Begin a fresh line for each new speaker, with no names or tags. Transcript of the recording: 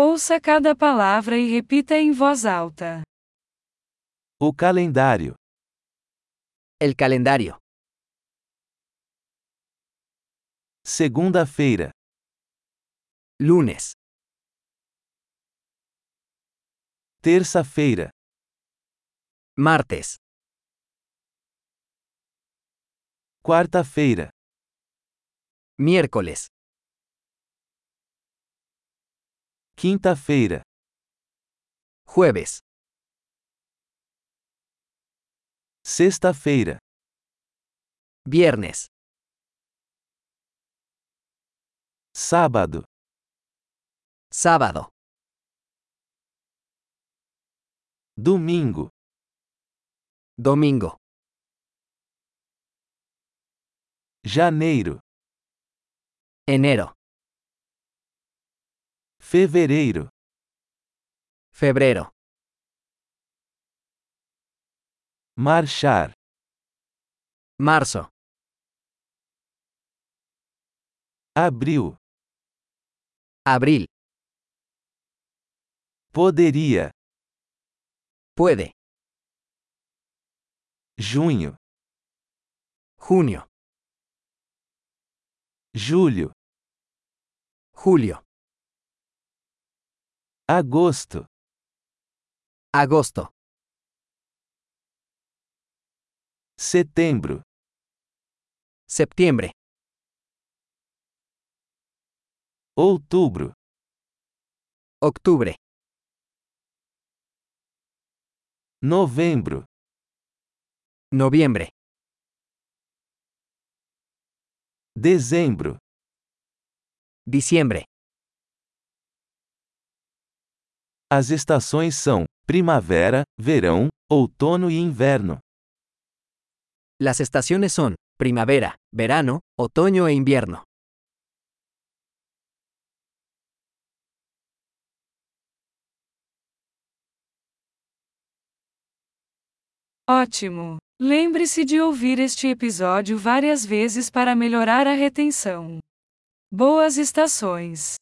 Ouça cada palavra e repita em voz alta.
O calendário.
El calendario.
Segunda-feira.
Lunes.
Terça-feira.
Martes.
Quarta-feira.
Miércoles.
Quinta-feira.
Jueves.
Sexta-feira.
Viernes.
Sábado.
Sábado.
Domingo.
Domingo.
Janeiro.
Enero.
Fevereiro.
Febrero.
Marchar.
Marzo.
Abril.
Abril.
Poderia.
Puede.
Junho.
Junio.
Julho.
Julio.
Agosto.
Agosto.
Setembro.
Septiembre.
Outubro.
Octubre.
Novembro.
Noviembre.
Dezembro.
Diciembre.
As estações são primavera, verão, outono e inverno.
Las estaciones son primavera, verano, otoño e invierno.
Ótimo! Lembre-se de ouvir este episódio várias vezes para melhorar a retenção. Boas estações!